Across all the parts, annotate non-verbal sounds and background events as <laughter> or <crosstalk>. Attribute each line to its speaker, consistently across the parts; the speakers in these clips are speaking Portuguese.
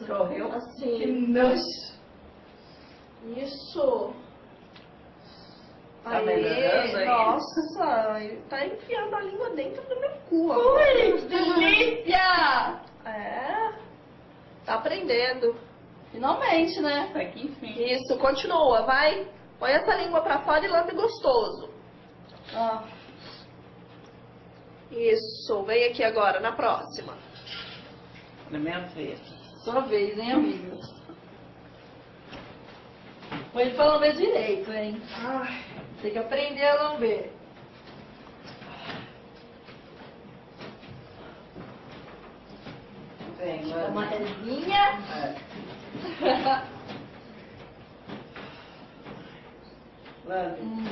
Speaker 1: troll. Que
Speaker 2: Assim,
Speaker 1: nojo.
Speaker 2: isso.
Speaker 1: Tá
Speaker 2: Aí,
Speaker 1: melhorando aí?
Speaker 2: nossa, ele tá enfiando a língua dentro do meu cu. agora.
Speaker 1: Ui, que delícia!
Speaker 2: É, tá aprendendo.
Speaker 1: Finalmente, né?
Speaker 3: Tá
Speaker 1: Até que enfim.
Speaker 2: Isso, continua, vai. Põe essa língua pra fora e lambe gostoso.
Speaker 1: Ah,
Speaker 2: Isso, vem aqui agora, na próxima.
Speaker 3: Na minha vez.
Speaker 1: sua vez, hein, amigo? Põe ele pra lamber direito, hein?
Speaker 2: Ai,
Speaker 1: Tem que aprender a lamber.
Speaker 3: Vem,
Speaker 1: É Uma
Speaker 3: vai.
Speaker 1: resinha.
Speaker 3: <laughs> É. Lambe.
Speaker 1: Hum,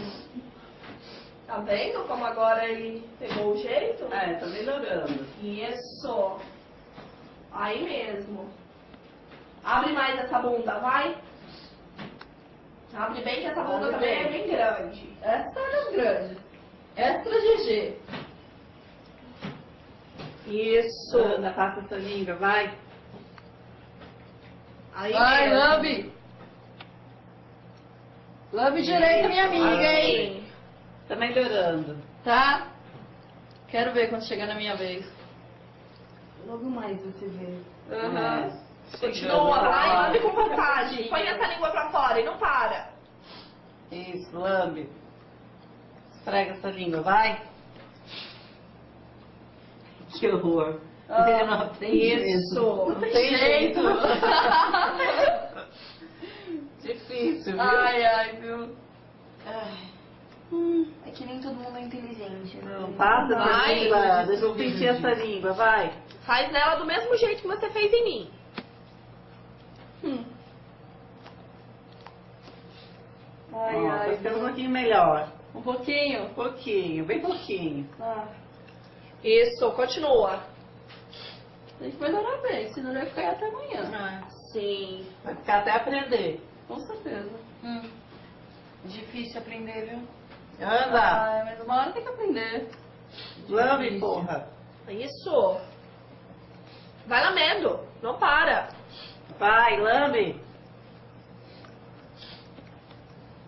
Speaker 2: tá vendo como agora ele pegou o jeito?
Speaker 3: É, tá melhorando.
Speaker 2: Isso. Aí mesmo. Abre mais essa bunda, vai. Abre bem que essa bunda
Speaker 1: Abre
Speaker 2: também é
Speaker 1: bem.
Speaker 2: bem grande.
Speaker 1: Essa era grande. Extra GG.
Speaker 2: Isso.
Speaker 3: Ana, passa essa língua, vai.
Speaker 2: Aí
Speaker 1: Vai,
Speaker 2: mesmo.
Speaker 1: lambe. Lambe direito, minha amiga, hein?
Speaker 2: Assim.
Speaker 3: Tá melhorando.
Speaker 1: Tá? Quero ver quando chegar na minha vez.
Speaker 3: Logo mais você vê.
Speaker 2: Aham.
Speaker 3: Né? Continua,
Speaker 2: Né? Continua,
Speaker 1: tá
Speaker 2: vai, lambe
Speaker 3: vai.
Speaker 2: com vontade. Põe essa língua pra fora e não para.
Speaker 3: Isso, lambe. Esfrega essa língua, vai. Que horror.
Speaker 2: Ah,
Speaker 3: Eu não aprendi mesmo.
Speaker 2: Isso.
Speaker 1: Não tem <laughs> jeito.
Speaker 3: Difícil, viu?
Speaker 1: ai, ai, viu?
Speaker 3: Ai.
Speaker 4: É que nem todo mundo é inteligente, né?
Speaker 3: Não, passa essa
Speaker 2: Vai.
Speaker 3: língua. Deixa eu sentir essa língua, vai.
Speaker 2: Faz nela do mesmo jeito que você fez em mim.
Speaker 1: Hum. Ai,
Speaker 3: Ó, tá
Speaker 1: ai,
Speaker 3: ficando um
Speaker 1: viu?
Speaker 3: pouquinho melhor.
Speaker 1: Um pouquinho.
Speaker 3: Um pouquinho, bem pouquinho.
Speaker 1: Ah,
Speaker 2: Isso, continua.
Speaker 1: tem que melhorar bem, senão vai ficar aí até amanhã.
Speaker 2: Sim.
Speaker 3: Vai ficar até aprender.
Speaker 1: Com certeza.
Speaker 4: Hum. Difícil aprender, viu?
Speaker 3: Anda,
Speaker 1: Ai, mas uma hora tem que aprender.
Speaker 3: lambe, porra.
Speaker 2: Isso. Vai lamendo. Não para.
Speaker 3: Vai, lambe.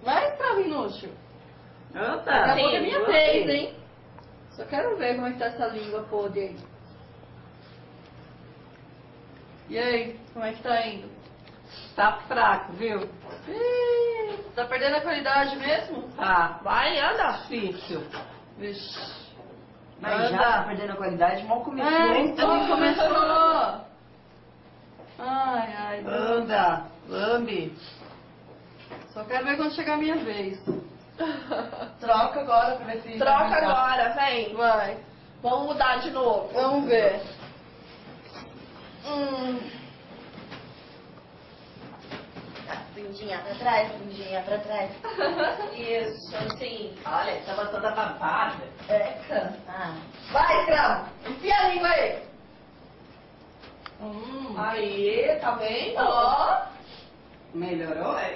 Speaker 1: Vai, escravo inútil.
Speaker 3: Anda.
Speaker 1: Daqui a pouco é
Speaker 3: Sim,
Speaker 1: minha
Speaker 3: lambe.
Speaker 1: vez, hein? Só quero ver como é que tá essa língua podre aí. E aí, como é que tá indo?
Speaker 3: Tá fraco, viu?
Speaker 1: Ih, tá perdendo a qualidade mesmo?
Speaker 3: Tá.
Speaker 2: Vai, anda.
Speaker 3: Difícil.
Speaker 1: Vixe.
Speaker 4: Mas
Speaker 3: Anda.
Speaker 4: já tá perdendo a qualidade, mal começou.
Speaker 1: É, só começou. Ai, ai.
Speaker 4: Ah.
Speaker 1: Deus.
Speaker 3: Anda, lambe.
Speaker 1: Só quero ver quando chegar a minha vez.
Speaker 4: <laughs> Troca agora pra ver se.
Speaker 2: Troca agora, vem.
Speaker 1: Vai.
Speaker 2: Vamos mudar de novo.
Speaker 1: Vamos ver.
Speaker 4: Bundinha pra trás, bundinha pra trás.
Speaker 2: Isso, assim.
Speaker 3: Olha, tá toda babada. É,
Speaker 4: Eca. Ah.
Speaker 1: Vai, Crão. Enfia a língua aí. Hum.
Speaker 3: Hum.
Speaker 2: Aê, tá vendo?
Speaker 1: Ó.
Speaker 3: Melhorou, é?